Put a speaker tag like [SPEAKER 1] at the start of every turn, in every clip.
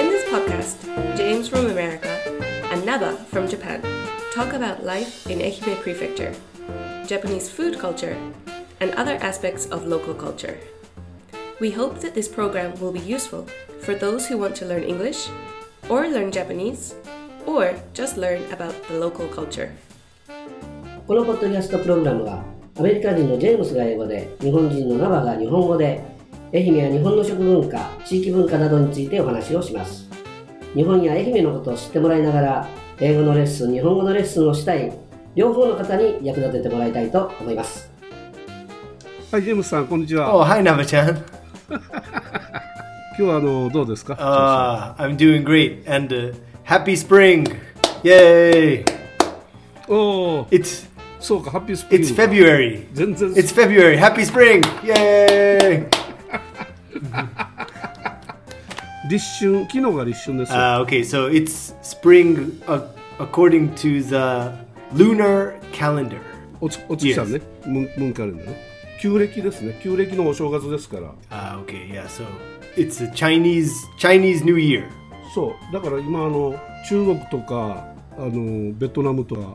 [SPEAKER 1] In this podcast, James from America and Naba from Japan talk about life in Ehime Prefecture, Japanese food culture, and other aspects of local culture. We hope that this program will be useful for those who want to learn English, or learn Japanese, or just learn about the local culture.
[SPEAKER 2] このポッドキャストプログラムはアメリカ人のジェームスが英語で日本人のナバが日本語で愛媛や日本の食文化地域文化などについてお話をします日本や愛媛のことを知ってもらいながら英語のレッスン日本語のレッスンをしたい両方の方に役立ててもらいたいと思います
[SPEAKER 3] はい、ジェームスさん、こんにちは。
[SPEAKER 4] Oh, hi, Nava chan.
[SPEAKER 3] 今日はあのどうですか
[SPEAKER 4] Uh, I'm doing great and uh, happy spring! Yay!
[SPEAKER 3] おお、
[SPEAKER 4] It's
[SPEAKER 3] そうか、ハッピースプリング
[SPEAKER 4] it's February.
[SPEAKER 3] 全然
[SPEAKER 4] It's February. Happy spring! Yay!
[SPEAKER 3] 立春、昨日が立春ですよ。
[SPEAKER 4] Uh, okay, so it's spring uh, according to the lunar calendar.
[SPEAKER 3] おつお月さんね、ムンムンカレンダーね。旧暦ですね。旧暦のお正月ですから。
[SPEAKER 4] Uh, okay, yeah, so it's a Chinese Chinese New Year.
[SPEAKER 3] そう。だから今あの中国とかあのベトナムとか、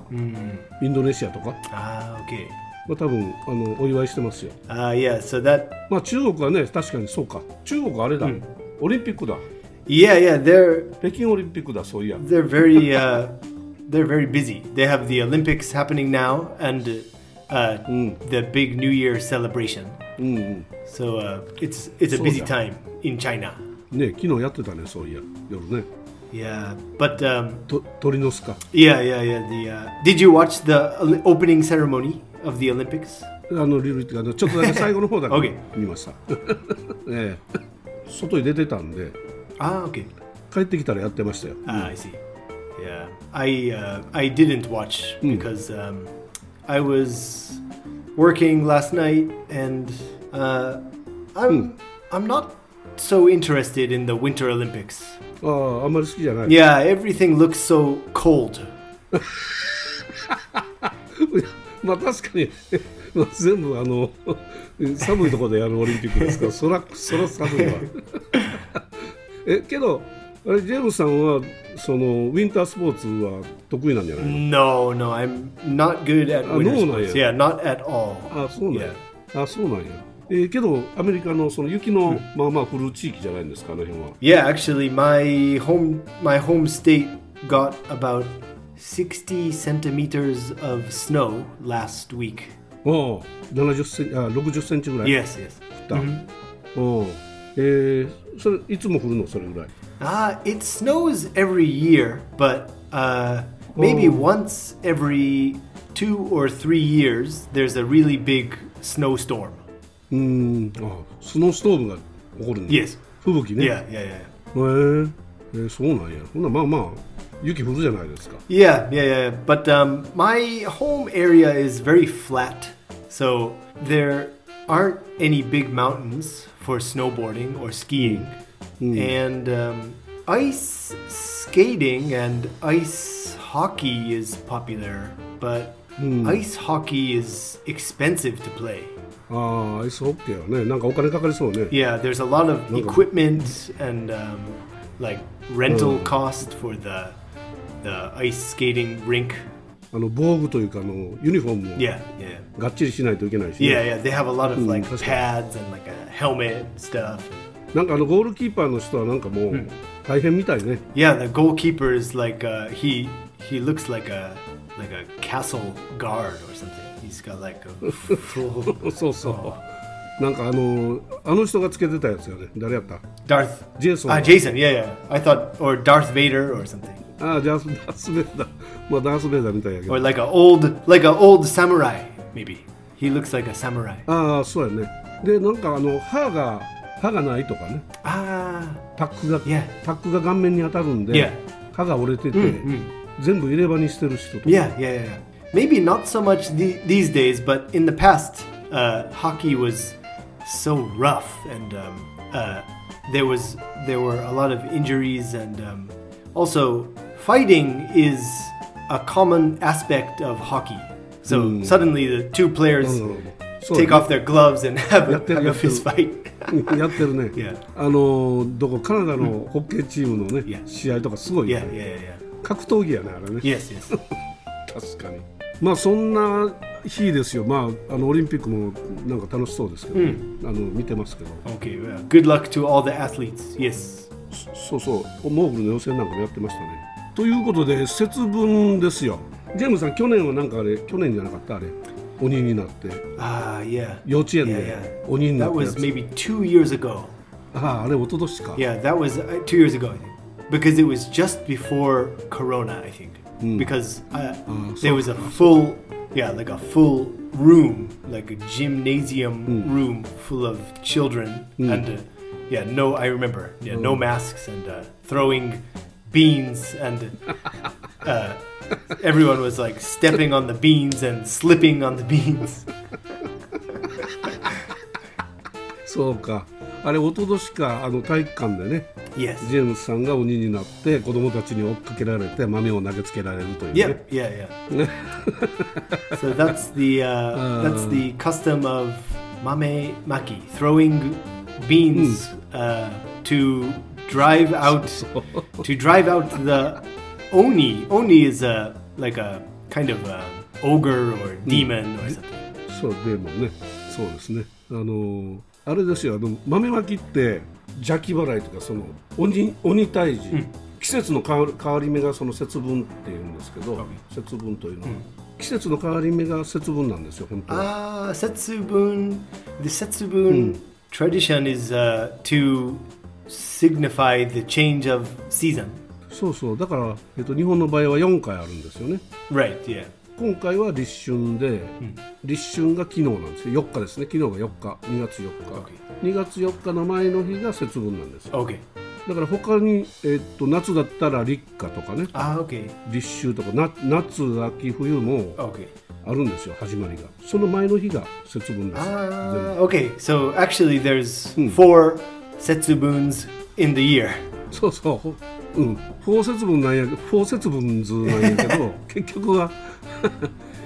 [SPEAKER 3] インドネシアとか、ま
[SPEAKER 4] Ah, okay.
[SPEAKER 3] あ多分あのお祝いしてますよ。
[SPEAKER 4] Uh, yeah, so that
[SPEAKER 3] まあ中国はね、確かにそうか。中国はあれだ。オリンピックだ。
[SPEAKER 4] yeah, yeah, they're
[SPEAKER 3] 北京オリンピックだ。そういや。
[SPEAKER 4] they're very uh, they're very busy. They have the Olympics happening now and uh, the big New Year celebration. So uh, it's it's a busy
[SPEAKER 3] Soldier.
[SPEAKER 4] time in China.
[SPEAKER 3] ね、昨日やってたね。そういや。夜ね。
[SPEAKER 4] Yeah, but um,
[SPEAKER 3] と鳥の巣か。
[SPEAKER 4] yeah, yeah, yeah. The uh, did you watch the Oli- opening ceremony of the Olympics?
[SPEAKER 3] あのルールっていうかあのちょっとだけ最後の方だ け
[SPEAKER 4] Okay.
[SPEAKER 3] 見ました。ええ外に出てたんで
[SPEAKER 4] Ah, okay.
[SPEAKER 3] 帰ってきたらやってましたよ。
[SPEAKER 4] Ah, I see. Yeah, I uh, I didn't watch
[SPEAKER 3] Hmm.
[SPEAKER 4] because um, I was working last night, and uh,
[SPEAKER 3] Hmm.
[SPEAKER 4] I'm I'm not so interested in the Winter Olympics.
[SPEAKER 3] あああんまり好きじゃない。
[SPEAKER 4] Yeah, everything looks so cold.
[SPEAKER 3] まあ確かに まあ全部あの寒いところでやるオリンピックですからそらそら寒いわ。 えけどあれジェームスさんはそのウィンタースポーツは得意なんじゃないの
[SPEAKER 4] No, no, I'm not good at
[SPEAKER 3] Ah,
[SPEAKER 4] winter
[SPEAKER 3] no, no,
[SPEAKER 4] sports.
[SPEAKER 3] yeah.
[SPEAKER 4] Yeah, not at all.
[SPEAKER 3] あそうなんや。あそうなんや。えーけどアメリカのその雪の、まあまあ降る地域じゃないんですかあの辺は。
[SPEAKER 4] Yeah, actually, my home my home state got about sixty centimeters of snow last week.
[SPEAKER 3] おう70センあ60センチぐらい。
[SPEAKER 4] Yes, yes.
[SPEAKER 3] だ、うんえーそれいつも降るのそれぐらい
[SPEAKER 4] Uh, it snows every year, but uh, maybe once every two or three years, there's a really big snowstorm.
[SPEAKER 3] うーんあスノーストームが起こるんだ
[SPEAKER 4] Yes.
[SPEAKER 3] 吹雪ね
[SPEAKER 4] Yeah, yeah, yeah.
[SPEAKER 3] へーえーそうなんやほんなまあまあ雪降るじゃないですか
[SPEAKER 4] Yeah, yeah, yeah. But um, my home area is very flat, so there aren't any big mountains for snowboarding or skiing. And um, ice skating and ice hockey is popular, but ice hockey is expensive to play.
[SPEAKER 3] あーアイスホッケーはねなんかお金かかりそうね
[SPEAKER 4] Yeah, there's a lot of equipment and um, like rental cost for the the ice skating rink.
[SPEAKER 3] あの防具というかあのユニフォームも
[SPEAKER 4] Yeah, yeah.
[SPEAKER 3] がっちりしないといけないしね、
[SPEAKER 4] Yeah, yeah, they have a lot of like
[SPEAKER 3] that's good.
[SPEAKER 4] pads and like a helmet and stuff.
[SPEAKER 3] なんかあのゴールキーパーの人はなんかもう大変みたいね、
[SPEAKER 4] Yeah, the goalkeeper is like uh, he he looks like a like a castle guard or something. He's got like a full
[SPEAKER 3] そうそうなんかあのあの人がつけてたやつよね誰やった
[SPEAKER 4] Darth
[SPEAKER 3] Jason.
[SPEAKER 4] Ah, Jason. Yeah, yeah. I thought or Darth Vader or something,
[SPEAKER 3] ああじゃあダースベイダー まあダースベイダーみたいやけど
[SPEAKER 4] or like a old like a old samurai maybe. He looks like
[SPEAKER 3] Oh.
[SPEAKER 4] a samurai.
[SPEAKER 3] ああそうやねでなんかあの歯が歯がないとかね
[SPEAKER 4] Ah,
[SPEAKER 3] 食パックが、
[SPEAKER 4] Yeah.
[SPEAKER 3] パックが顔面に当たるんで、
[SPEAKER 4] Yeah.
[SPEAKER 3] 歯が折れてて、全部入れ歯にしてる人とか
[SPEAKER 4] Yeah, yeah, yeah, yeah. Maybe not so much the- these days, but in the past, uh, hockey was so rough, and um, uh, there was there were a lot of injuries, and um, also fighting is a common aspect of hockey. So suddenly the two players
[SPEAKER 3] No, no, no. So-
[SPEAKER 4] take off their gloves and have a,
[SPEAKER 3] Yeah, yeah,
[SPEAKER 4] have
[SPEAKER 3] yeah,
[SPEAKER 4] a fist
[SPEAKER 3] yeah.
[SPEAKER 4] fight.
[SPEAKER 3] うん やってるね
[SPEAKER 4] Yeah.
[SPEAKER 3] あのーどこカナダのホッケーチームのね、
[SPEAKER 4] Yeah.
[SPEAKER 3] 試合とかすごい、
[SPEAKER 4] yeah, yeah, yeah, yeah.
[SPEAKER 3] 格闘技やねあれね
[SPEAKER 4] Yes, yes.
[SPEAKER 3] 確かにまあそんな日ですよまああのオリンピックもなんか楽しそうですけど、あの見てますけど
[SPEAKER 4] Okay. Well, good luck to all the athletes. Yes.
[SPEAKER 3] そうそうモーグルの予選なんかもやってましたねということで節分ですよジェームズさん去年はなんかあれ去年じゃなかったあれ鬼になって
[SPEAKER 4] Ah, yeah.
[SPEAKER 3] 幼稚園
[SPEAKER 4] Yeah,
[SPEAKER 3] で
[SPEAKER 4] yeah.
[SPEAKER 3] 鬼にな
[SPEAKER 4] That
[SPEAKER 3] ったや
[SPEAKER 4] was
[SPEAKER 3] つ
[SPEAKER 4] maybe two years ago.
[SPEAKER 3] あああれ一昨年か
[SPEAKER 4] Yeah, that was uh, two years ago, I think. Because it was just before Corona, I think. Because uh, there was a full, yeah, like a full room, like a gymnasium room full of children. And uh, yeah, no, I remember. Yeah, no masks and uh, throwing beans and. Uh, everyone was like stepping on the beans and slipping on the beans.
[SPEAKER 3] そうかあれ一昨年かあの体育館でね
[SPEAKER 4] Yes.
[SPEAKER 3] ジェームズさんが鬼になって子供たちに追っかけられて豆を投げつけられるというね、
[SPEAKER 4] Yep, yeah, yeah. so that's the uh, that's the custom of mame maki, throwing beans uh, to drive out to drive out the oni. Oni is a like a kind of a ogre or demon or something.
[SPEAKER 3] そうでもねそうですねあのーあれですよあの豆まきって邪気払いとかその鬼鬼退治、季節の変わる変わり目がその節分っていうんですけど、節分というのは、季節の変わり目が節分なんですよ本当は
[SPEAKER 4] Ah, setsubun. The setsubun tradition is uh, to signify the change of season.
[SPEAKER 3] そうそうだから、えっと、日本の場合は4回あるんですよね
[SPEAKER 4] Right. Yeah.
[SPEAKER 3] 今回は立春で、立春が昨日なんですよ4日ですね昨日が4日2月4日、2月4日の前の日が節分なんですよ
[SPEAKER 4] Okay.
[SPEAKER 3] だから他に、えっと、夏だったら立夏とかね
[SPEAKER 4] Ah. Okay.
[SPEAKER 3] 立秋とかな夏秋冬も
[SPEAKER 4] Okay.
[SPEAKER 3] あるんですよ始まりがその前の日が節分です、
[SPEAKER 4] Ah, okay, so actually there's four setsubuns in the year.
[SPEAKER 3] そうそうほうん法節分なんや法節分図なんやけ ど結局は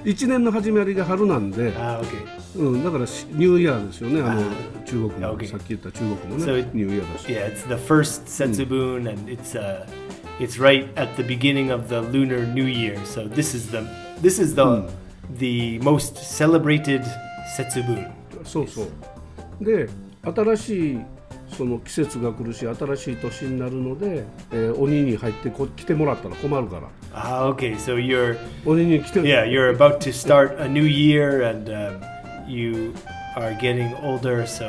[SPEAKER 3] 一年の始まりが春なんで、
[SPEAKER 4] Ah, okay.
[SPEAKER 3] うん、だからしニューイヤーですよねあの中国も、
[SPEAKER 4] Okay.
[SPEAKER 3] さっき言った中国もね、
[SPEAKER 4] So-
[SPEAKER 3] ニューイヤーだし
[SPEAKER 4] Yeah, it's the first setsubun and it's uh it's right at the beginning of the lunar new year. So this is the this is the the most celebrated setsubun.
[SPEAKER 3] そうそうで新しいその季節が来るし新しい年になるので、えー鬼に入ってこ来てもらったら困るから
[SPEAKER 4] Ah, okay. So you're
[SPEAKER 3] 鬼に来て
[SPEAKER 4] yeah, you're about to start a new year and um, you are getting older. So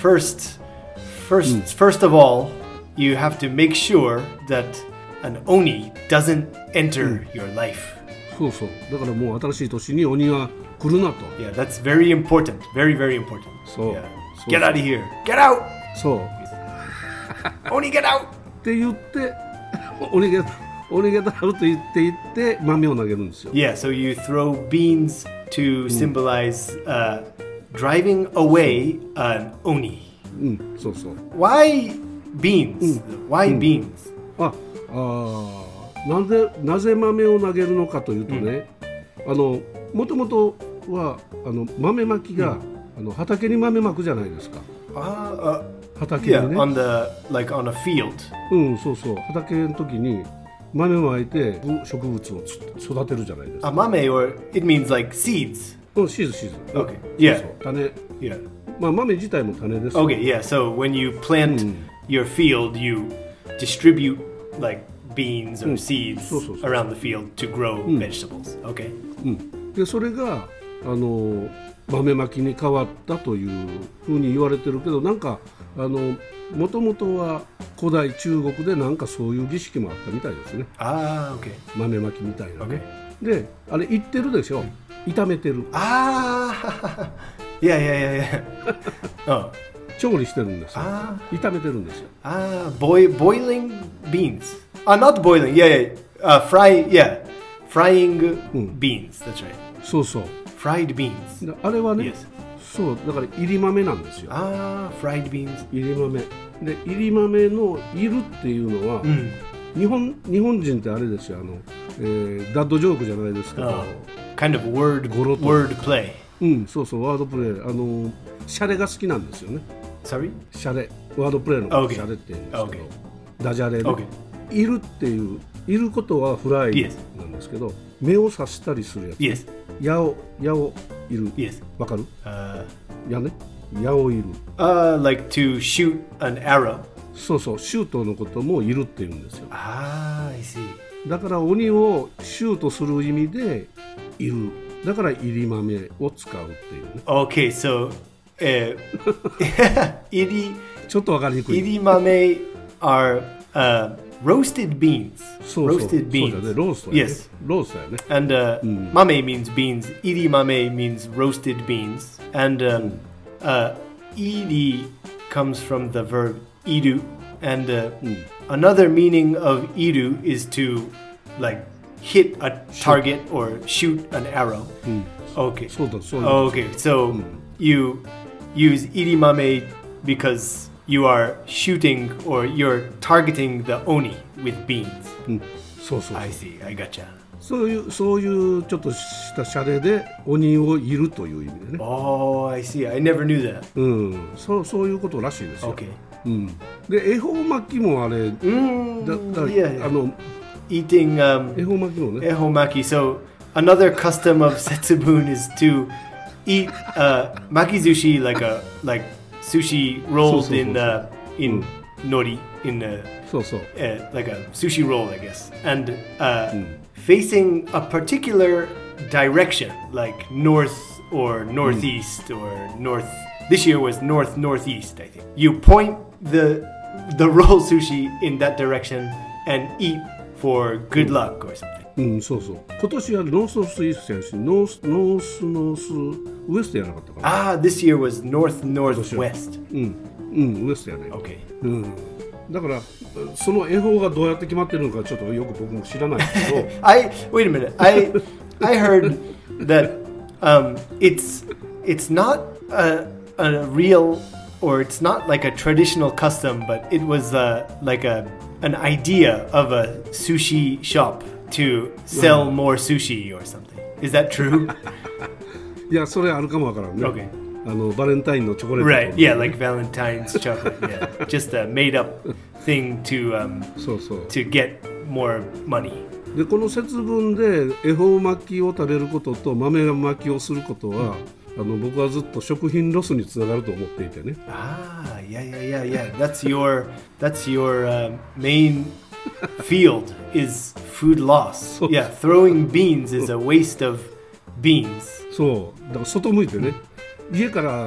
[SPEAKER 4] first, first,
[SPEAKER 3] Hmm.
[SPEAKER 4] first of all, you have to make sure that an oni doesn't enter
[SPEAKER 3] Hmm.
[SPEAKER 4] your life.
[SPEAKER 3] そうそうだからもう新しい年に鬼が来るなと
[SPEAKER 4] Yeah, that's very important. Very, very important.
[SPEAKER 3] So-
[SPEAKER 4] yeah.
[SPEAKER 3] so-
[SPEAKER 4] get out of here. Get out,
[SPEAKER 3] そう
[SPEAKER 4] oni. Get out.
[SPEAKER 3] って言って 鬼が鬼がだると言って言って豆を投げるんですよ
[SPEAKER 4] Yeah. So you throw beans
[SPEAKER 3] Hmm.
[SPEAKER 4] to symbolize uh, driving away an oni.
[SPEAKER 3] うんそうそう
[SPEAKER 4] Why beans?
[SPEAKER 3] Hmm.
[SPEAKER 4] Why beans?
[SPEAKER 3] ああーなぜなぜ豆を投げるのかというとね、あのもともとはあの豆まきが、あの畑に豆まくじゃないですか
[SPEAKER 4] Uh, uh,
[SPEAKER 3] 畑
[SPEAKER 4] yeah,
[SPEAKER 3] にね、
[SPEAKER 4] on the like on a field.
[SPEAKER 3] うんそうそう畑の時に豆をまいてぶ植物をつ育てるじゃないですか
[SPEAKER 4] Amame, or it means like seeds.
[SPEAKER 3] うんシーズンシーズン
[SPEAKER 4] Okay. Yeah.
[SPEAKER 3] そうそう種
[SPEAKER 4] Yeah.
[SPEAKER 3] まあ豆自体も種ですよ
[SPEAKER 4] Okay. Yeah. So when you plant your field, you distribute like beans or seeds
[SPEAKER 3] So, so, so.
[SPEAKER 4] around the field to grow vegetables. Okay.
[SPEAKER 3] でそれがあの豆まきに変わったというふうに言われてるけどなんかあのもともとは古代中国でなんかそういう儀式もあったみたいですね
[SPEAKER 4] Ah. Okay.
[SPEAKER 3] 豆まきみたいなね、であれ言ってるでしょ炒めてる
[SPEAKER 4] Ah. yeah. Yeah. Yeah. Yeah. oh.
[SPEAKER 3] 調理してるんですよ
[SPEAKER 4] あ
[SPEAKER 3] 炒めてるんですよ
[SPEAKER 4] Ah, boy, boiling beans. Ah, not boiling. Yeah, yeah. Uh, fry. Yeah, frying beans. That's right.
[SPEAKER 3] そうそう
[SPEAKER 4] Fried beans.
[SPEAKER 3] であれはね、
[SPEAKER 4] Yes.
[SPEAKER 3] そうだからいり豆なんですよ
[SPEAKER 4] Ah, fried beans.
[SPEAKER 3] いり豆でいり豆の「いる」っていうのは、日本日本人ってあれですよあの、えーダッドジョークじゃないですけど、
[SPEAKER 4] Uh, kind of word
[SPEAKER 3] Goroto.
[SPEAKER 4] word play.
[SPEAKER 3] うんそうそうワードプレイあのシャレが好きなんですよね
[SPEAKER 4] Sorry.
[SPEAKER 3] シャレワードプレイのこと
[SPEAKER 4] Okay.
[SPEAKER 3] シャレって言うんですけど
[SPEAKER 4] Okay.
[SPEAKER 3] ダジャレで、
[SPEAKER 4] Okay.
[SPEAKER 3] いるっていういることはフライ
[SPEAKER 4] Yes.
[SPEAKER 3] なんですけど目をさしたりするやつ
[SPEAKER 4] Yes.
[SPEAKER 3] やおやおいる
[SPEAKER 4] Yes.
[SPEAKER 3] わかる
[SPEAKER 4] Uh,
[SPEAKER 3] やねやおいる
[SPEAKER 4] uh, like to shoot an arrow.
[SPEAKER 3] そうそうシュートのこともいるって言うんですよ
[SPEAKER 4] Ah, I see.
[SPEAKER 3] だから鬼をシュートする意味でいるだからいり豆を使うっていうね
[SPEAKER 4] Okay, so, uh, iri
[SPEAKER 3] ちょっとわかりにくい
[SPEAKER 4] irimame are uh, roasted beans.
[SPEAKER 3] そうそうそう
[SPEAKER 4] Roasted
[SPEAKER 3] だよ
[SPEAKER 4] beans.
[SPEAKER 3] ねローストやね
[SPEAKER 4] Yes.
[SPEAKER 3] ローストやね
[SPEAKER 4] And uh, mame means beans. Irimame means roasted beans. And um, uh, iri comes from the verb iru. And uh, another meaning of iru is to like hit a target or shoot an arrow. Okay.
[SPEAKER 3] そうだそうだ
[SPEAKER 4] Okay. So you use irimame because you are shooting or you're targeting the oni with beans.
[SPEAKER 3] Hmm. そうそう
[SPEAKER 4] I see. I gotcha.
[SPEAKER 3] そういうそういうちょっとしたシャレで鬼をいるという意味でね
[SPEAKER 4] Oh, I see. I never knew that.
[SPEAKER 3] うんそうそういうことらしいですよ、
[SPEAKER 4] Okay.
[SPEAKER 3] うん、で恵方巻きもあれだだ
[SPEAKER 4] Mm,
[SPEAKER 3] から
[SPEAKER 4] yeah, yeah.
[SPEAKER 3] あの
[SPEAKER 4] Eating um,
[SPEAKER 3] 恵方巻きもね
[SPEAKER 4] ehomaki. So another custom of Setsubun is to eat uh, makizushi like a like sushi rolled
[SPEAKER 3] so,
[SPEAKER 4] in
[SPEAKER 3] so,
[SPEAKER 4] uh, in nori in uh,
[SPEAKER 3] そうそう
[SPEAKER 4] uh, like a sushi roll, I guess, and uh, facing a particular direction, like north or northeast or north. This year was north northeast, I think. You point the the roll sushi in that direction and eat for good luck or something.
[SPEAKER 3] うん、そうそう。今年はノースオブスイーストやし、ノース、ノース、ノース、ウエストやなかったかな。
[SPEAKER 4] Ah, this year was north
[SPEAKER 3] sure.
[SPEAKER 4] northwest.
[SPEAKER 3] うん、うん、ウエストやね。
[SPEAKER 4] Okay.
[SPEAKER 3] うん。だから、その絵法がどうやって決まってるのか、ちょっとよく僕も知らないけど
[SPEAKER 4] I wait a minute. I I heard that um, it's it's not a, a real or it's not like a traditional custom, but it was uh, like a an idea of a sushi shop to sell more sushi or something. Is that true?
[SPEAKER 3] いや、それあるかもわからんね。
[SPEAKER 4] Okay.
[SPEAKER 3] あの、バレンタインのチョコレートとかも
[SPEAKER 4] right. Yeah, like Valentine's chocolate. Yeah, just a made up thing to um,
[SPEAKER 3] そうそう。
[SPEAKER 4] to get more money.
[SPEAKER 3] で、この節分で恵方巻きを食べることと豆巻きをすることは、あの僕はずっと食品ロスにつながると思っていてね
[SPEAKER 4] Ah, yeah, yeah, yeah, yeah. That's your that's your uh, main field is food loss. Yeah, throwing beans is a waste of beans.
[SPEAKER 3] そうだから外向いてね家からあ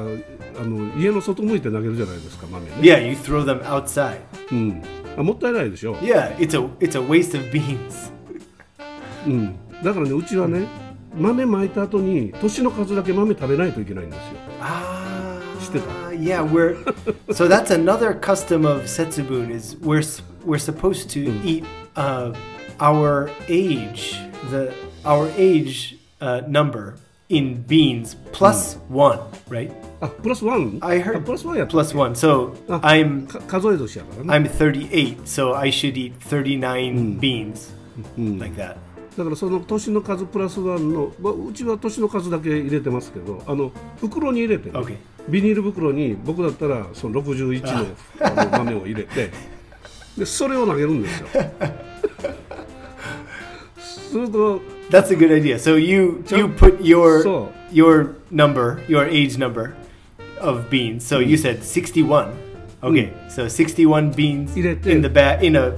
[SPEAKER 3] の家の外向いて投げるじゃないですか豆ね
[SPEAKER 4] Yeah, you throw them outside.
[SPEAKER 3] うん、あもったいないでしょ、
[SPEAKER 4] Yeah, it's a it's a waste of beans.
[SPEAKER 3] うん、だからねうちはね豆まいた後に年の数だけ豆食べないといけないんですよ
[SPEAKER 4] Ah,
[SPEAKER 3] 知ってた。
[SPEAKER 4] yeah, we're so that's another custom of Setsubun is we're s- we're supposed to eat uh, our age the our age uh, number in beans plus one, right?
[SPEAKER 3] あプラスワン
[SPEAKER 4] Hmm. I
[SPEAKER 3] あ
[SPEAKER 4] heard
[SPEAKER 3] プラスワンやった
[SPEAKER 4] Oh, plus one. So
[SPEAKER 3] あ
[SPEAKER 4] I'm
[SPEAKER 3] か数え年やからね
[SPEAKER 4] I'm 38, so I should eat 39 beans like that.
[SPEAKER 3] だからその年の数プラスワンの、まあ、うちは年の数だけ入れてますけどあの袋に入れてね、
[SPEAKER 4] Okay.
[SPEAKER 3] ビニール袋に僕だったらその61のあの豆を入れ てでそれを投げるんですよすると
[SPEAKER 4] That's a good idea. So you you put your
[SPEAKER 3] So-
[SPEAKER 4] your number, your age number of beans. So
[SPEAKER 3] Mm.
[SPEAKER 4] you said 61. Okay. So 61 beans
[SPEAKER 3] Irete.
[SPEAKER 4] in the bag in a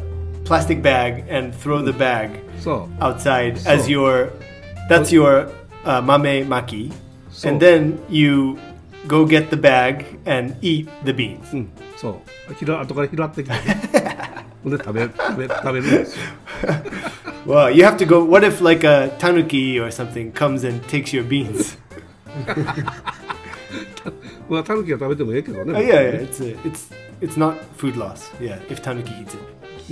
[SPEAKER 4] plastic bag and throw the bag
[SPEAKER 3] そう
[SPEAKER 4] outside as
[SPEAKER 3] So-
[SPEAKER 4] your that's your uh, mame maki.
[SPEAKER 3] So-
[SPEAKER 4] And then you go get the bag and eat the beans.
[SPEAKER 3] うん、そうひら後から拾ってきて、 ほんで食べ食べ食べるんですよ
[SPEAKER 4] Well, you have to go what if like a tanuki or something comes and takes your beans?
[SPEAKER 3] まあタヌキが食べてもええけどね、
[SPEAKER 4] Uh, yeah, yeah, it's a, it's it's not food loss. Yeah, if tanuki eats it.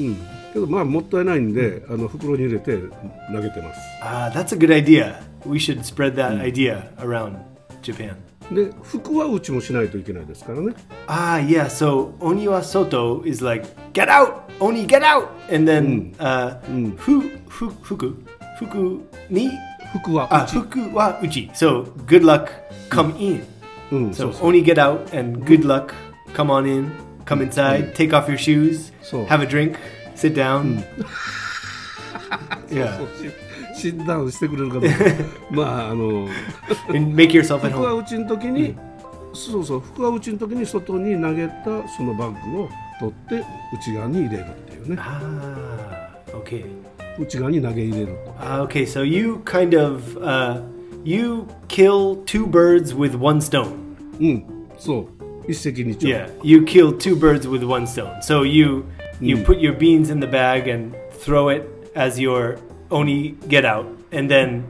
[SPEAKER 3] うん、けどまあもったいないんで、あの袋に入れて投げてます
[SPEAKER 4] Ah, that's a good idea. We should spread that idea around Japan.
[SPEAKER 3] で服はうちもしないといけないですからね
[SPEAKER 4] Ah, yeah. So Oniwa Soto is like, get out, Oni, get out, and then uh, fu, fu, fuku, fuku ni,
[SPEAKER 3] 服は
[SPEAKER 4] ah, fuku wa uchi. So good luck, come in.
[SPEAKER 3] うん、そ
[SPEAKER 4] Mm, So Mm.
[SPEAKER 3] うそう
[SPEAKER 4] Oni, get out, and good luck, come on in, come inside, take off your shoes,
[SPEAKER 3] So-
[SPEAKER 4] have a drink, sit down. yeah,
[SPEAKER 3] し診断してくれる かどうかまああの
[SPEAKER 4] and make yourself at
[SPEAKER 3] 服は
[SPEAKER 4] home.
[SPEAKER 3] うちの時に、そうそう服はうちの時に外に投げたそのバッグを取って内側に入れるっていうね
[SPEAKER 4] Ah, okay.
[SPEAKER 3] 内側に投げ入れると
[SPEAKER 4] Ah, okay, so you kind of uh, you kill two birds with one stone.
[SPEAKER 3] うんそう一石二鳥、
[SPEAKER 4] Yeah, you kill two birds with one stone. So you you put your beans in the bag and throw it as your oni get out, and then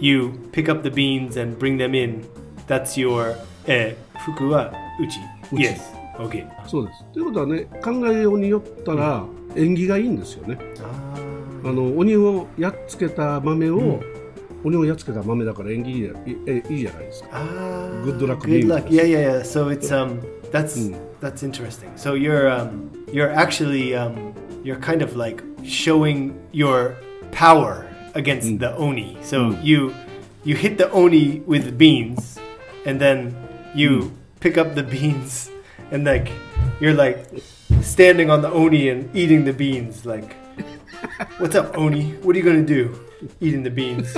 [SPEAKER 4] you pick up the beans and bring them in. That's your eh, fukua uchi.
[SPEAKER 3] Uchi.
[SPEAKER 4] Yes. Okay.
[SPEAKER 3] そうですということはね考えようによったら縁起がいいんですよね、あの鬼をやっつけた豆を、鬼をやっつけた豆だから縁起いいやいえいいじゃないですか
[SPEAKER 4] Ah,
[SPEAKER 3] Good luck
[SPEAKER 4] Good
[SPEAKER 3] beans.
[SPEAKER 4] luck. Yeah, yeah, yeah. So it's um, that's
[SPEAKER 3] Hmm.
[SPEAKER 4] that's interesting. So you're um, you're actually um, you're kind of like showing your power against
[SPEAKER 3] Hmm.
[SPEAKER 4] the oni. So you you hit the oni with beans, and then you
[SPEAKER 3] Hmm.
[SPEAKER 4] pick up the beans, and like you're like standing on the oni and eating the beans. Like, what's up, oni? What are you gonna do? Eating the beans.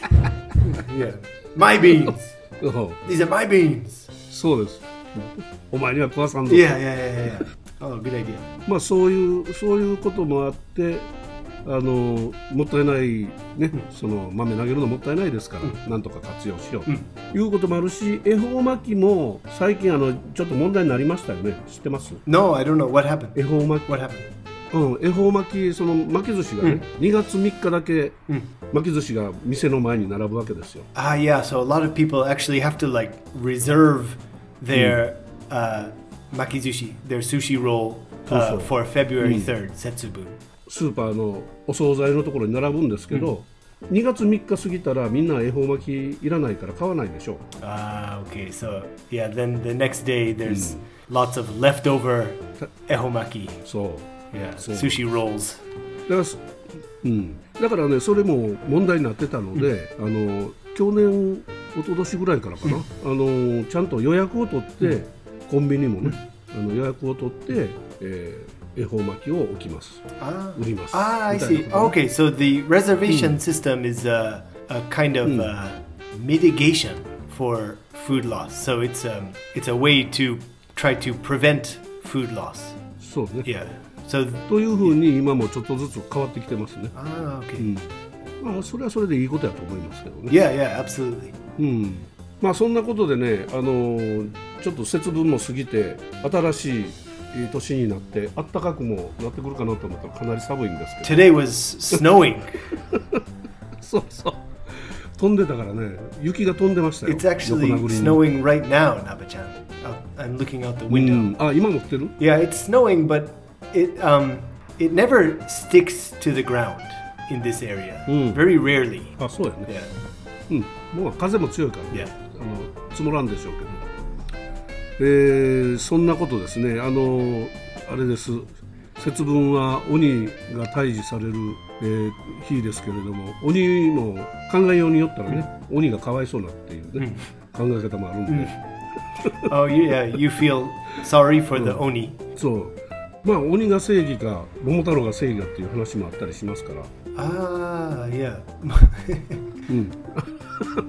[SPEAKER 4] yeah, my beans.
[SPEAKER 3] うん
[SPEAKER 4] These are my beans.
[SPEAKER 3] そうですお前には食わさんぞ
[SPEAKER 4] Yeah, yeah, yeah, yeah. yeah. Oh, good idea.
[SPEAKER 3] まあそういうそういうこともあってあのもったいないねその豆投げるのもったいないですから、なんとか活用しようと、いうこともあるし恵方巻きも最近あのちょっと問題になりましたよね知ってます
[SPEAKER 4] No, I don't know what happened.
[SPEAKER 3] 恵方巻き
[SPEAKER 4] What happened?
[SPEAKER 3] うん、恵方巻きその巻き寿司がね、2月3日だけ巻き寿司が店の前に並ぶわけですよ
[SPEAKER 4] Ah, yeah. So a lot of people actually have to like reserve their uh, makizushi, their sushi roll, uh,
[SPEAKER 3] so.
[SPEAKER 4] for February third Setsubun.
[SPEAKER 3] スーパーのお惣菜のところに並ぶんですけど、2月3日過ぎたらみんな恵方巻きいらないから買わないでしょ
[SPEAKER 4] Ah, okay. So yeah, then the next day there's lots of leftover ehomaki.
[SPEAKER 3] そう
[SPEAKER 4] Hmm. Yeah,
[SPEAKER 3] So.
[SPEAKER 4] sushi rolls.
[SPEAKER 3] だから,、うん、だからねそれも問題になってたので、あの去年一昨年ぐらいからかな、あのちゃんと予約を取って、コンビニもね、あの予約を取って、えー恵方巻きを置きます、
[SPEAKER 4] Ah.
[SPEAKER 3] 売ります
[SPEAKER 4] Ah, I
[SPEAKER 3] みたい
[SPEAKER 4] see.
[SPEAKER 3] なことね
[SPEAKER 4] Okay, so the reservation system is a, a kind of uh mitigation for food loss. So it's um, it's a way to try to prevent food loss.
[SPEAKER 3] そうね
[SPEAKER 4] Yeah. So
[SPEAKER 3] というふうに今もちょっとずつ変わってきてますね、
[SPEAKER 4] ah, okay.
[SPEAKER 3] まあ、それはそれでいいことやと思いますけどね、
[SPEAKER 4] Yeah, yeah, absolutely.
[SPEAKER 3] うんまあ、そんなことでね、あのーちょっと節分も過ぎて新しい年になって暖かくもなってくるかなと思ったらかなり寒いんですけど
[SPEAKER 4] Today was snowing.
[SPEAKER 3] そうそう飛んでたからね雪が飛んでましたよ
[SPEAKER 4] it's actually
[SPEAKER 3] 横殴りに
[SPEAKER 4] snowing right now, Naba-chan. Out- I'm looking out the
[SPEAKER 3] う
[SPEAKER 4] window.
[SPEAKER 3] んあ今持ってる
[SPEAKER 4] Yeah, it's snowing, but it um, it never sticks to the ground in this area. Very rarely.
[SPEAKER 3] あそうやねう
[SPEAKER 4] Yeah.
[SPEAKER 3] んもう風も強いからね
[SPEAKER 4] Yeah.
[SPEAKER 3] あの積もらんでしょうけど、えーそんなことですねあのあれです節分は鬼が退治される、えー日ですけれども鬼も考えようによったらね、鬼がかわいそうなっていうね、考え方もあるんで、
[SPEAKER 4] Oh yeah, you feel sorry for the oni.
[SPEAKER 3] そうまあ鬼が正義か桃太郎が正義かっていう話もあったりしますから
[SPEAKER 4] Ah yeah.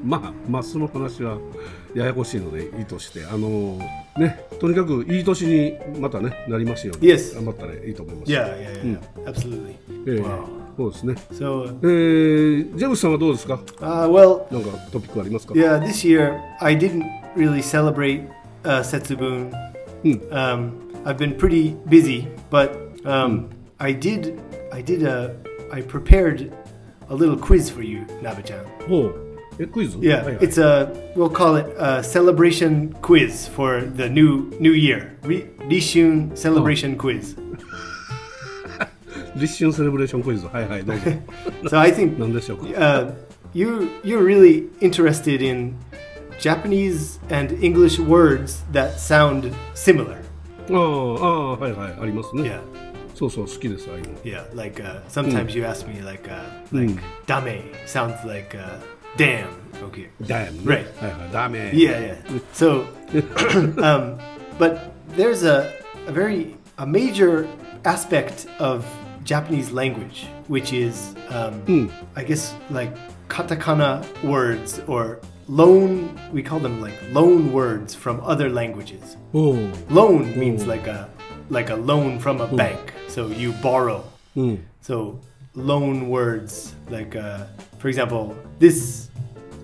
[SPEAKER 3] まあまあその話はややこしいのでいいとしてあのねとにかくいい年にまたねなりますように
[SPEAKER 4] Yes.
[SPEAKER 3] 頑張ったらいいと思います
[SPEAKER 4] yeah, yeah, yeah, yeah. Absolutely.
[SPEAKER 3] ええ
[SPEAKER 4] Wow.
[SPEAKER 3] そうですね
[SPEAKER 4] So
[SPEAKER 3] えージェームスさんはどうですか
[SPEAKER 4] uh, well,
[SPEAKER 3] なんかトピックありますか
[SPEAKER 4] yeah, this year I didn't really celebrate uh, Setsubun. Um, I've been pretty busy, but um, I did uh, I did a I prepared a little quiz for you, Nabe-chan.
[SPEAKER 3] ほうえクイズ
[SPEAKER 4] Yeah,
[SPEAKER 3] はいはい
[SPEAKER 4] it's a we'll call it a celebration quiz for the new new year. Ri- Rishun celebration quiz.
[SPEAKER 3] 立春セレブレーションクイズはいはいどうぞ
[SPEAKER 4] So I think
[SPEAKER 3] 何でしょうか
[SPEAKER 4] uh, you you're really interested in Japanese and English words that sound similar.
[SPEAKER 3] ああああはいはいありますね
[SPEAKER 4] Yeah,
[SPEAKER 3] そうそう好きですああいうの
[SPEAKER 4] yeah. Like uh, sometimes you ask me like uh, like dame sounds like uh, damn. Okay.
[SPEAKER 3] ダメ、ね
[SPEAKER 4] Right.
[SPEAKER 3] はいはいダメ
[SPEAKER 4] Yeah, yeah. So, um, but there's a, a very a major aspect of Japanese language, which is um, I guess like katakana words or loan. We call them like loan words from other languages.
[SPEAKER 3] おう
[SPEAKER 4] Loan means like a like a loan from a bank. So you borrow. So loan words like uh, for example, this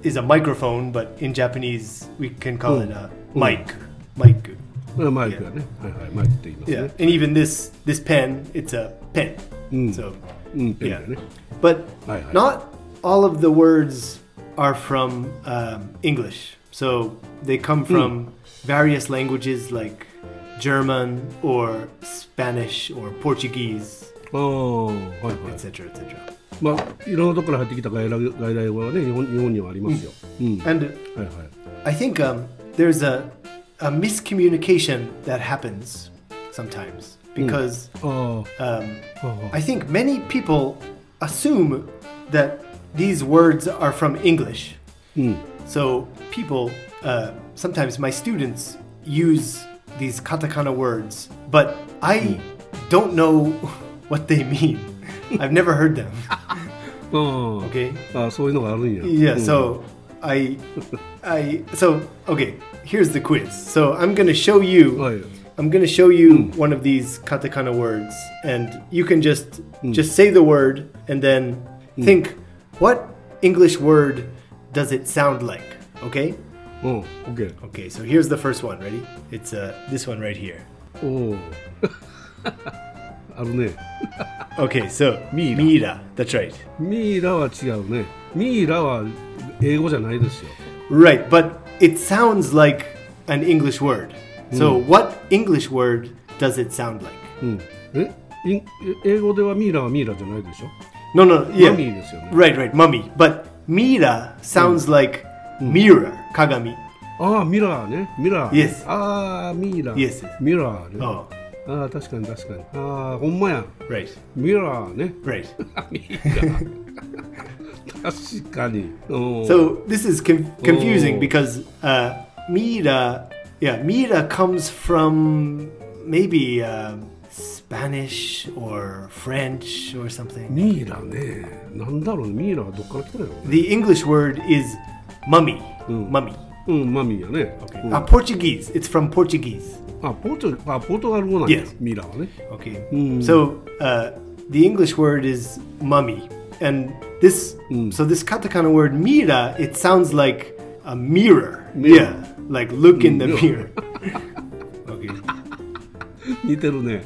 [SPEAKER 4] is a microphone, but in Japanese we can call it a mic. Mic.
[SPEAKER 3] あマイクやね、はいはいマイクって言います
[SPEAKER 4] Yeah.
[SPEAKER 3] ね
[SPEAKER 4] And even this this pen, it's a pen. So
[SPEAKER 3] うんペンだ
[SPEAKER 4] yeah.
[SPEAKER 3] よね
[SPEAKER 4] But
[SPEAKER 3] Aye, aye.
[SPEAKER 4] not all of the words are from um, English. So they
[SPEAKER 3] Hmm.
[SPEAKER 4] come from various languages like German or Spanish or Portuguese,
[SPEAKER 3] ああはいはい
[SPEAKER 4] etc., etc.
[SPEAKER 3] まあいろんなとこから入ってきた外来外来語はね日本日本にはありますよ、うんは
[SPEAKER 4] And
[SPEAKER 3] いはい
[SPEAKER 4] I think um, there's a, a miscommunication that happens sometimes
[SPEAKER 3] Hmm.
[SPEAKER 4] because
[SPEAKER 3] ああ
[SPEAKER 4] um,
[SPEAKER 3] Uh-huh.
[SPEAKER 4] I think many people assume that these words are from English. So people, uh, sometimes my students use these katakana words, but I don't know what they mean. I've never heard them.
[SPEAKER 3] ああ、
[SPEAKER 4] Okay.
[SPEAKER 3] ああそういうのがあるんや
[SPEAKER 4] Yeah,
[SPEAKER 3] うん
[SPEAKER 4] so I I so okay, here's the quiz. So I'm going to show you
[SPEAKER 3] Oh, yeah. Hmm.
[SPEAKER 4] I'm going to show you one of these katakana words and you can just
[SPEAKER 3] Hmm.
[SPEAKER 4] just say the word and then think what English word does it sound like? Okay?
[SPEAKER 3] うん OK
[SPEAKER 4] Okay, so here's the first one, ready? It's uh this one right here.
[SPEAKER 3] おお あるね
[SPEAKER 4] Okay, so
[SPEAKER 3] Mira.
[SPEAKER 4] Mira. That's right.
[SPEAKER 3] ミイラは違うねミイラは英語じゃないですよ
[SPEAKER 4] Right, but it sounds like an English word. So
[SPEAKER 3] Hmm.
[SPEAKER 4] what English word does it sound like?
[SPEAKER 3] うんえイン英語ではミイラはミイラじゃないでしょ
[SPEAKER 4] No, no, yeah.
[SPEAKER 3] Mummy ですよね Hmm.
[SPEAKER 4] Right, right, mummy. But Mira sounds like mirror, kagami.
[SPEAKER 3] ああミラーねミラー、
[SPEAKER 4] Yes.
[SPEAKER 3] ああミイラ
[SPEAKER 4] Yes, yes.
[SPEAKER 3] ミラーね
[SPEAKER 4] Oh,
[SPEAKER 3] ああ確かに確かにああほんまやん
[SPEAKER 4] right,
[SPEAKER 3] ミラーね
[SPEAKER 4] right.
[SPEAKER 3] ミイラ確かにうん
[SPEAKER 4] So this is con- confusing
[SPEAKER 3] Oh.
[SPEAKER 4] because uh, Mira, yeah, Mira comes from maybe uh, Spanish or French or something.
[SPEAKER 3] ミイラねなんだろうねミイラはどっから来たのやろ
[SPEAKER 4] The English word is mummy,
[SPEAKER 3] Hmm.
[SPEAKER 4] mummy.
[SPEAKER 3] うんマミーやね、うん
[SPEAKER 4] Uh, Portuguese, it's from Portuguese.
[SPEAKER 3] あポートあポートガル語なんや
[SPEAKER 4] Yes.
[SPEAKER 3] ミイラはね
[SPEAKER 4] Okay.
[SPEAKER 3] Hmm.
[SPEAKER 4] So uh, the English word is mummy, and this
[SPEAKER 3] Hmm.
[SPEAKER 4] so this katakana word mira. It sounds like a mirror.
[SPEAKER 3] Mirror.
[SPEAKER 4] Yeah, like look in the
[SPEAKER 3] Mirror.
[SPEAKER 4] mirror. okay.
[SPEAKER 3] 似てるね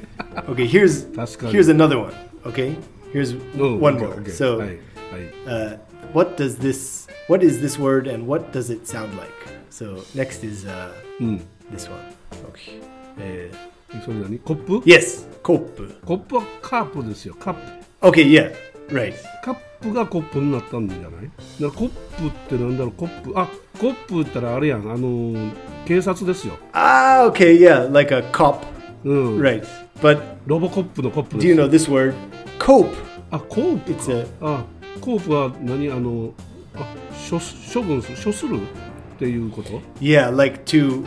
[SPEAKER 4] Okay. Here's
[SPEAKER 3] That's good. Oh,
[SPEAKER 4] here's another one. Okay. Here's
[SPEAKER 3] う
[SPEAKER 4] one
[SPEAKER 3] ん
[SPEAKER 4] more.
[SPEAKER 3] オッケー
[SPEAKER 4] So,
[SPEAKER 3] はい、はい、
[SPEAKER 4] uh, what does this? What is this word, and what does it sound like? So next is uh,
[SPEAKER 3] Hmm.
[SPEAKER 4] this one. Okay. Uh,
[SPEAKER 3] それ何コップ
[SPEAKER 4] yes, kopu.
[SPEAKER 3] コップはカープですよカップ
[SPEAKER 4] Okay. Yeah. Right.
[SPEAKER 3] カップがコップになったんじゃないだからコップってなんだろうコップあコップ言ったらあれやんあのー警察ですよ、
[SPEAKER 4] Ah, okay, yeah, like a cop.
[SPEAKER 3] うん、
[SPEAKER 4] Right. But
[SPEAKER 3] ロボコップのコップ
[SPEAKER 4] do
[SPEAKER 3] です
[SPEAKER 4] you know this word? Cope.
[SPEAKER 3] あコープ
[SPEAKER 4] It's a
[SPEAKER 3] あコープは何あのあ処す処分す処するっていうこと
[SPEAKER 4] yeah, like to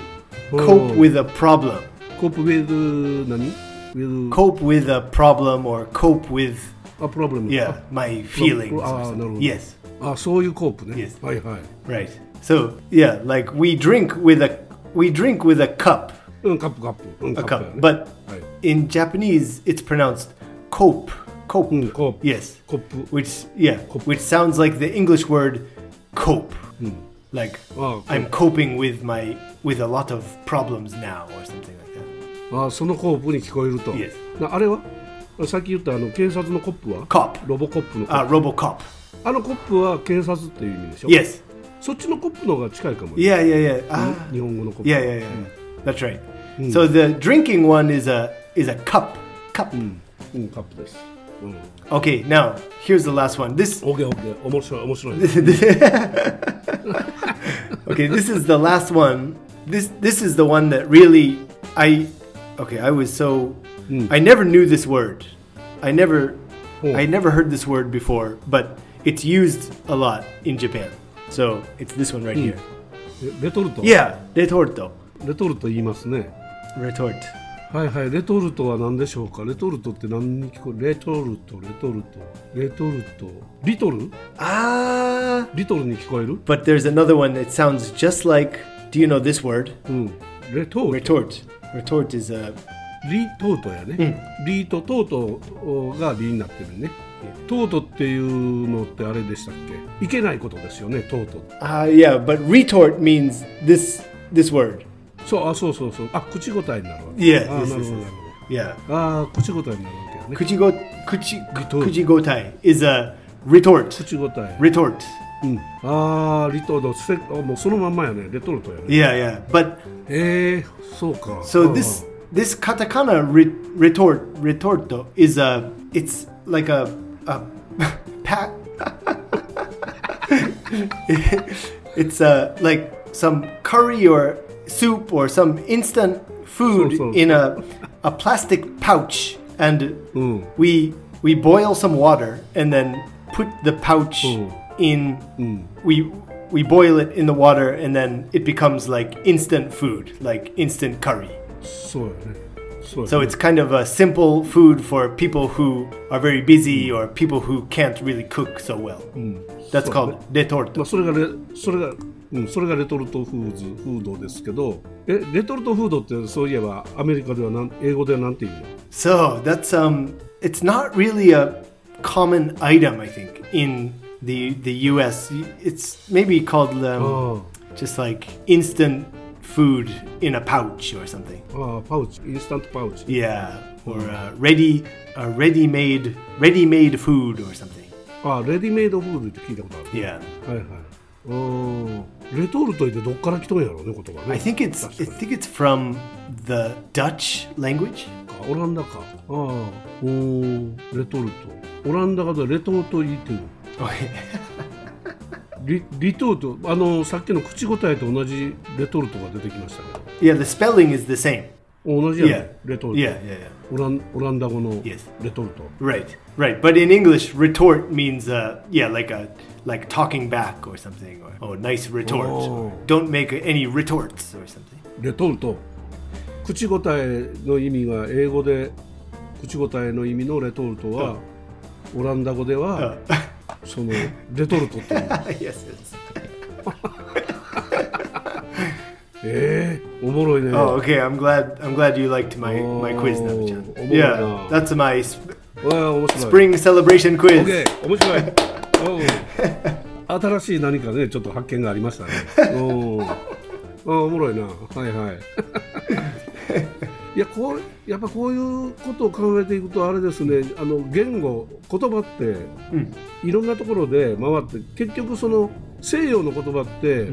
[SPEAKER 3] Oh.
[SPEAKER 4] cope with a problem.
[SPEAKER 3] コープ with 何 with
[SPEAKER 4] Cope with a problem or cope with
[SPEAKER 3] a problem
[SPEAKER 4] yeah, my feelings.
[SPEAKER 3] Oh.
[SPEAKER 4] or
[SPEAKER 3] ah,
[SPEAKER 4] something.
[SPEAKER 3] no, no.
[SPEAKER 4] Yes.
[SPEAKER 3] ああそういうコープね、
[SPEAKER 4] Yes.
[SPEAKER 3] はいはい
[SPEAKER 4] Right. So, yeah, like we drink with a we drink with a cup.
[SPEAKER 3] うんカップカップ、うん、
[SPEAKER 4] A
[SPEAKER 3] カップや
[SPEAKER 4] cup.
[SPEAKER 3] ね
[SPEAKER 4] But
[SPEAKER 3] はい
[SPEAKER 4] in Japanese it's pronounced cope. Cope.
[SPEAKER 3] うんコープ
[SPEAKER 4] Yes.
[SPEAKER 3] コップ
[SPEAKER 4] Which yeah, which sounds like the English word cope. Like
[SPEAKER 3] Oh, cope.
[SPEAKER 4] I'm coping with my with a lot of problems now or something like that.
[SPEAKER 3] ああそのコープに聞こえると、
[SPEAKER 4] Yes.
[SPEAKER 3] なあれはさっき言ったあの警察のコップは
[SPEAKER 4] Cop.
[SPEAKER 3] ロボコップのコップ
[SPEAKER 4] Uh, RoboCop.
[SPEAKER 3] あのコップは警察っていう意味でしょ
[SPEAKER 4] Yes.
[SPEAKER 3] そっちのコップの方が近いかもね、
[SPEAKER 4] Yeah, yeah, yeah. Ah,
[SPEAKER 3] 日本語のコップ
[SPEAKER 4] yeah, yeah, yeah. That's right. So the drinking one is a is a cup. Cup.
[SPEAKER 3] うん、カップです、うん、
[SPEAKER 4] Okay, now here's the last one. This
[SPEAKER 3] オッケーオッケー面白い面 白い
[SPEAKER 4] okay, this is the last one. This this is the one that really I okay, I was so I never knew this word. I never
[SPEAKER 3] Oh.
[SPEAKER 4] I never heard this word before, but it's used a lot in Japan. So it's this one right here.
[SPEAKER 3] えレトルト
[SPEAKER 4] Yeah, retorto.
[SPEAKER 3] レトルト言いますね
[SPEAKER 4] Retort.
[SPEAKER 3] はいはいレトルトは何でしょうかレトルトって何に聞こえるレトルトレトルトレトルトリトル
[SPEAKER 4] Ah,
[SPEAKER 3] リトルに聞こえる
[SPEAKER 4] but there's another one that sounds just like do you know this word?
[SPEAKER 3] うんレトルト
[SPEAKER 4] Retort. Retort is a
[SPEAKER 3] リトートやね、リートトートがリになってるねトートっていうのってあれでしたっけいけないことですよねトート
[SPEAKER 4] uh, yeah, but retort means this this word.
[SPEAKER 3] そうあそうそうそうあ口答えになるわけ
[SPEAKER 4] Yeah,
[SPEAKER 3] あな
[SPEAKER 4] yes,
[SPEAKER 3] る
[SPEAKER 4] yes,
[SPEAKER 3] ほどな
[SPEAKER 4] yes.
[SPEAKER 3] るほ
[SPEAKER 4] Yeah.
[SPEAKER 3] どあー口答えになるわけよね
[SPEAKER 4] Kuchigo, kuchi,
[SPEAKER 3] Retort.
[SPEAKER 4] kuchigotai is a retort.
[SPEAKER 3] 口答え
[SPEAKER 4] Retort.
[SPEAKER 3] うん、ああリトルトせあもうそのまんまやねレトルトやね
[SPEAKER 4] Yeah, yeah. But
[SPEAKER 3] えー、そうか
[SPEAKER 4] so
[SPEAKER 3] あー
[SPEAKER 4] this this katakana re, retort retorto is a it's like a a pack. it's a like some curry or soup or some instant food
[SPEAKER 3] So, so.
[SPEAKER 4] in a a plastic pouch and
[SPEAKER 3] Mm.
[SPEAKER 4] we we boil some water and then put the pouch
[SPEAKER 3] Mm.
[SPEAKER 4] in we we boil it in the water and then it becomes like instant food like instant curry
[SPEAKER 3] そうやねそうやね
[SPEAKER 4] so it's kind of a simple food for people who are very busy or people who can't really cook so well
[SPEAKER 3] Mm.
[SPEAKER 4] that's
[SPEAKER 3] So-
[SPEAKER 4] called detorto
[SPEAKER 3] まあ、それがレそれが、うん、それがレトルトフーズフードですけどえレトルトフードってそういえばアメリカではなん英語ではなんて言うの
[SPEAKER 4] so that's um it's not really a common item i think in the the us it's maybe called um, just like instant food in a pouch or something.
[SPEAKER 3] ああパウチインスタントパウチ
[SPEAKER 4] Yeah, or uh, ready, uh, ready-made, ready-made food or something.
[SPEAKER 3] ああレディメイドフードって聞いたことある
[SPEAKER 4] Yeah,
[SPEAKER 3] はいはいうんレトルトってどっから来とんやろうね言葉ね
[SPEAKER 4] I think it's I
[SPEAKER 3] 確かに
[SPEAKER 4] think it's from the Dutch language.
[SPEAKER 3] かオランダかああおーレトルトオランダ語でレトルト言ってる
[SPEAKER 4] Okay.
[SPEAKER 3] リリトルトあのさっきの口答えと同じレトルトが出てきましたけど
[SPEAKER 4] yeah, the spelling is the same.
[SPEAKER 3] 同じやね
[SPEAKER 4] Yeah,
[SPEAKER 3] レトルト
[SPEAKER 4] yeah, yeah, yeah.
[SPEAKER 3] オランオランダ語の
[SPEAKER 4] Yes.
[SPEAKER 3] レトルト、
[SPEAKER 4] Right, right. But in English, retort means uh, yeah, like a like talking back or something. Or, oh, nice retort.
[SPEAKER 3] Oh.
[SPEAKER 4] Don't make any retorts or something.
[SPEAKER 3] レトルト口答えの意味が英語で口答えの意味のレトルトは、オランダ語では、そのレトルトっていう
[SPEAKER 4] Oh, yes, yes.
[SPEAKER 3] ええおもろいね、
[SPEAKER 4] Oh, okay. I'm glad. I'm glad you liked my my quiz,
[SPEAKER 3] Oh,
[SPEAKER 4] Nabu-chan.
[SPEAKER 3] oh,
[SPEAKER 4] Yeah,
[SPEAKER 3] wow.
[SPEAKER 4] that's my sp-
[SPEAKER 3] わあ面白い
[SPEAKER 4] spring celebration quiz.
[SPEAKER 3] オッケー面白いおう新しい何かねちょっと発見がありましたねおうあおもろいなはいはい いやこれやっぱこういうことを考えていくとあれですねあの言語言葉って、いろんなところで回って結局その西洋の言葉って、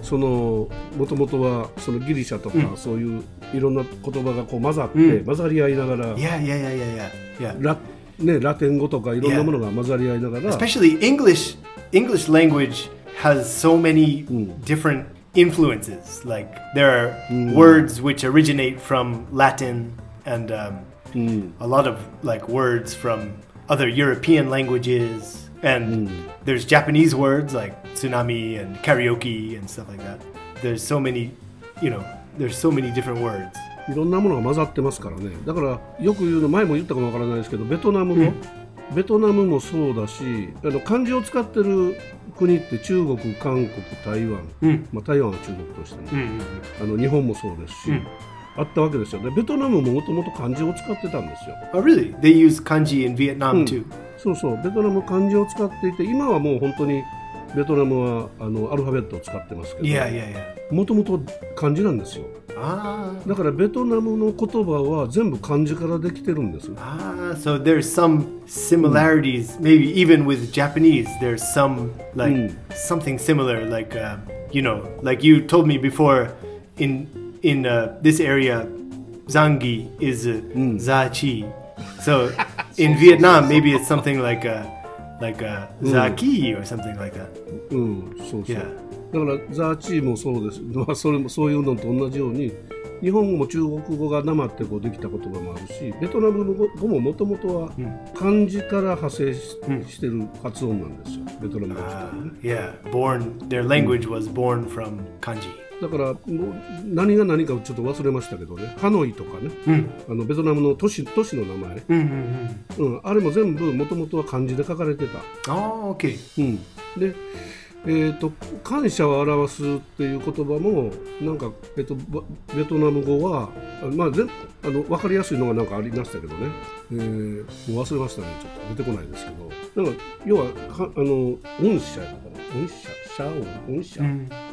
[SPEAKER 3] そのもともとはそのギリシャとか、そういういろんな言葉がこう混ざって、
[SPEAKER 4] うん
[SPEAKER 3] 混ざり合いながら
[SPEAKER 4] Yeah, yeah, yeah, yeah, yeah, yeah.
[SPEAKER 3] ラ,、ね、ラテン語とかいろんなものが混ざり合いながら、
[SPEAKER 4] Especially English. English language has so many different influences. Like there are words which originate from Latin and um, a lot of like words from other European languages. And there's Japanese words like tsunami and karaoke and stuff like that. There's so many, you know, there's so many different words.
[SPEAKER 3] いろんなものが混ざってますからねだからよく言うの前も言ったかもわからないですけどベトナム語、ベトナムもそうだしあの漢字を使ってる国って中国韓国台湾、
[SPEAKER 4] うん
[SPEAKER 3] まあ、台湾は中国としても、あの日本もそうですし、あったわけですよねベトナムももともと漢字を使ってたんですよ
[SPEAKER 4] Oh, really? They use kanji in Vietnam too.
[SPEAKER 3] そうそうベトナム漢字を使っていて今はもう本当にベトナムはあのアルファベットを使ってますけ
[SPEAKER 4] Yeah,
[SPEAKER 3] ど
[SPEAKER 4] yeah, yeah.
[SPEAKER 3] もともと漢字なんですよ
[SPEAKER 4] Ah,
[SPEAKER 3] だからベトナムの言葉は全部漢字からできてるんです
[SPEAKER 4] ah. So there's some similarities, maybe even with Japanese. There's some like something similar, like uh, you know, like you told me before. In in uh, this area, zangi is uh, za chi. So in Vietnam, maybe it's something like a like a za ki or something like that.
[SPEAKER 3] うんそうそう
[SPEAKER 4] Yeah.
[SPEAKER 3] だからザーチーもそうです、 まあ、それもそういうのと同じように日本語も中国語がなまってこうできた言葉もあるしベトナム語ももともとは漢字から派生し,、してる発音なんですよベトナム語自体
[SPEAKER 4] Uh,
[SPEAKER 3] はね
[SPEAKER 4] yeah, born their language was born from kanji.
[SPEAKER 3] だからもう何が何かちょっと忘れましたけどねハノイとかね、
[SPEAKER 4] Hmm.
[SPEAKER 3] あのベトナムの都市都市の名前、うんあれも全部もともとは漢字で書かれてた
[SPEAKER 4] Oh, okay.
[SPEAKER 3] うん、で、えーと「感謝を表す」っていう言葉もなんか、えー、とばベトナム語は、あまあ、ぜあの分かりやすいのがなんかありましたけどね、えーもう忘れましたねちょっと出てこないですけどなんか要はかあの「恩社」だから「恩社」「社恩恩社」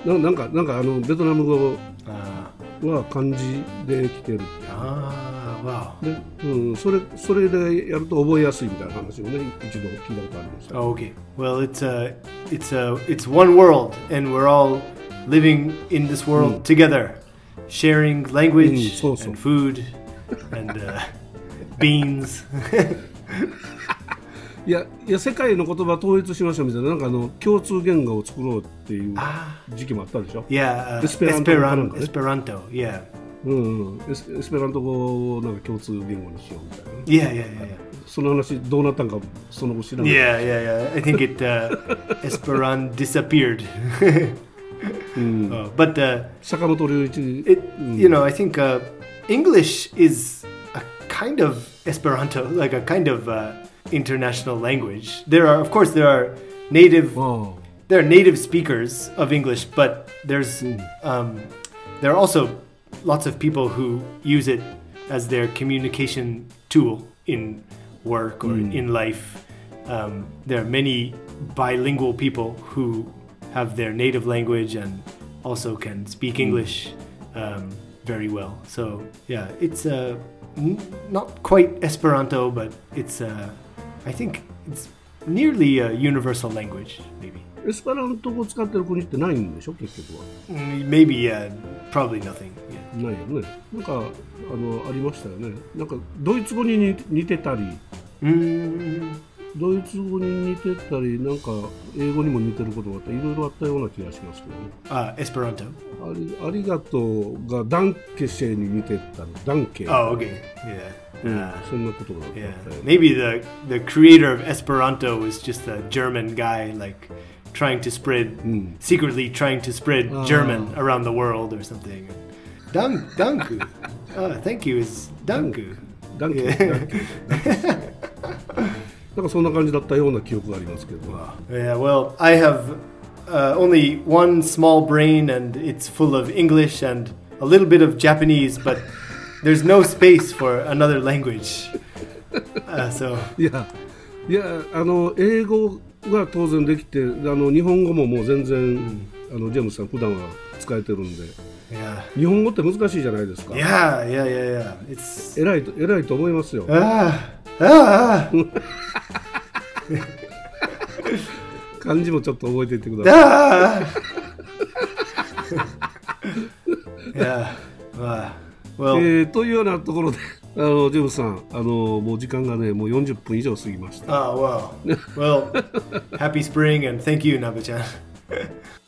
[SPEAKER 3] ななんかなんかあのベトナム語
[SPEAKER 4] Uh,
[SPEAKER 3] は漢字で来てる
[SPEAKER 4] ah, wow.
[SPEAKER 3] で、うん、それそれでやると覚えやすいみたいな話をね一度聞いたことありました。
[SPEAKER 4] Oh, okay. Well, it's a, it's a, it's one world, and we're all living in this world together, sharing language
[SPEAKER 3] Mm, Hmm. so, so.
[SPEAKER 4] and food and uh, beans.
[SPEAKER 3] いやいや世界の言葉統一しましょうみたいななんかあの共通言語を作ろうっていう時期もあったでしょ、
[SPEAKER 4] yeah, uh,
[SPEAKER 3] Esperanto Esperanto,
[SPEAKER 4] Esperanto.
[SPEAKER 3] eh?
[SPEAKER 4] Esperanto. Yeah.
[SPEAKER 3] うんうん、エスエスペラント語をなんか共通言語にしようみたいな
[SPEAKER 4] Yeah, yeah, yeah, yeah.
[SPEAKER 3] その話どうなったんかその後知らない、
[SPEAKER 4] Yeah, yeah, yeah. I think it uh, Esperanto disappeared.
[SPEAKER 3] Hmm.
[SPEAKER 4] Oh, but uh,
[SPEAKER 3] 坂本龍一
[SPEAKER 4] it you know i think uh, english is a kind of esperanto like a kind of uh, international language there are of course there are native
[SPEAKER 3] ああ
[SPEAKER 4] there are native speakers of english but there's um, there are also lots of people who use it as their communication tool in work or in life um, there are many bilingual people who have their native language and also can speak English um, very well. So yeah, it's uh, n- not quite Esperanto, but it's uh, I think it's nearly a universal language, maybe.
[SPEAKER 3] エスペラント語を使ってる国ってないんでしょ結局は
[SPEAKER 4] Mm, Maybe yeah, probably nothing. Yeah.
[SPEAKER 3] ないよねなんかあのありましたよねなんかドイツ語に似似てたり
[SPEAKER 4] Mm,
[SPEAKER 3] ドイツ語に似てたりなんか英語にも似てることがあったいろいろあったような気がしますけどね
[SPEAKER 4] uh, Esperanto.
[SPEAKER 3] ありありがとうがダンケシェに似てたのダンケ、
[SPEAKER 4] Oh, okay. Yeah.
[SPEAKER 3] うん
[SPEAKER 4] Uh,
[SPEAKER 3] そんなことがあったよね
[SPEAKER 4] Yeah, maybe the the creator of Esperanto was just a German guy, like trying to spread secretly trying to spread German around the world or something. Dank, danku. oh, thank you is danku.
[SPEAKER 3] ダンケ、 ダンケなんかそんな感じだったような記憶がありますけど
[SPEAKER 4] Yeah, well, I have uh, only one small brain, and it's full of English and a little bit of Japanese, but there's no space for another language. Uh, so
[SPEAKER 3] いやいやあの英語が当然できてあの日本語ももう全然、あのジェームスさん普段は使えてるんで
[SPEAKER 4] yeah,
[SPEAKER 3] 日本語って難しいじゃないですか
[SPEAKER 4] yeah, yeah, yeah, yeah. It's
[SPEAKER 3] 偉いと偉いと思いますよ
[SPEAKER 4] Ah, ah, ah,
[SPEAKER 3] 漢字もちょっと覚えていってください
[SPEAKER 4] ah. yeah. ah.
[SPEAKER 3] え
[SPEAKER 4] well,
[SPEAKER 3] ーというようなところで あのジェームスさんあのもう時間がねもう40分以上過ぎました
[SPEAKER 4] oh, wow. Well, happy spring and thank you, Naba-chan.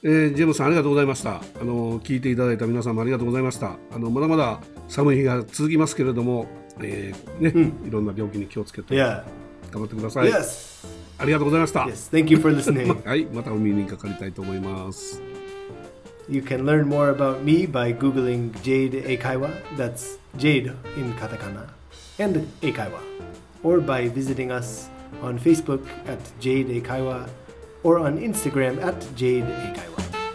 [SPEAKER 3] えージェームスさんありがとうございましたあの聞いていただいた皆さんもありがとうございましたあのまだまだ寒い日が続きますけれども、えーねいろんな病気に気をつけて
[SPEAKER 4] Yeah.
[SPEAKER 3] 頑張ってください、
[SPEAKER 4] Yes.
[SPEAKER 3] ありがとうございました、
[SPEAKER 4] Yes. Thank you for listening.
[SPEAKER 3] はいまたお耳にかかりたいと思います
[SPEAKER 4] you can learn more about me by googling Jade Eikaiwa. That's Jade in katakana and Eikaiwa. Or by visiting us on Facebook at Jade Eikaiwa or on Instagram at Jade Eikaiwa.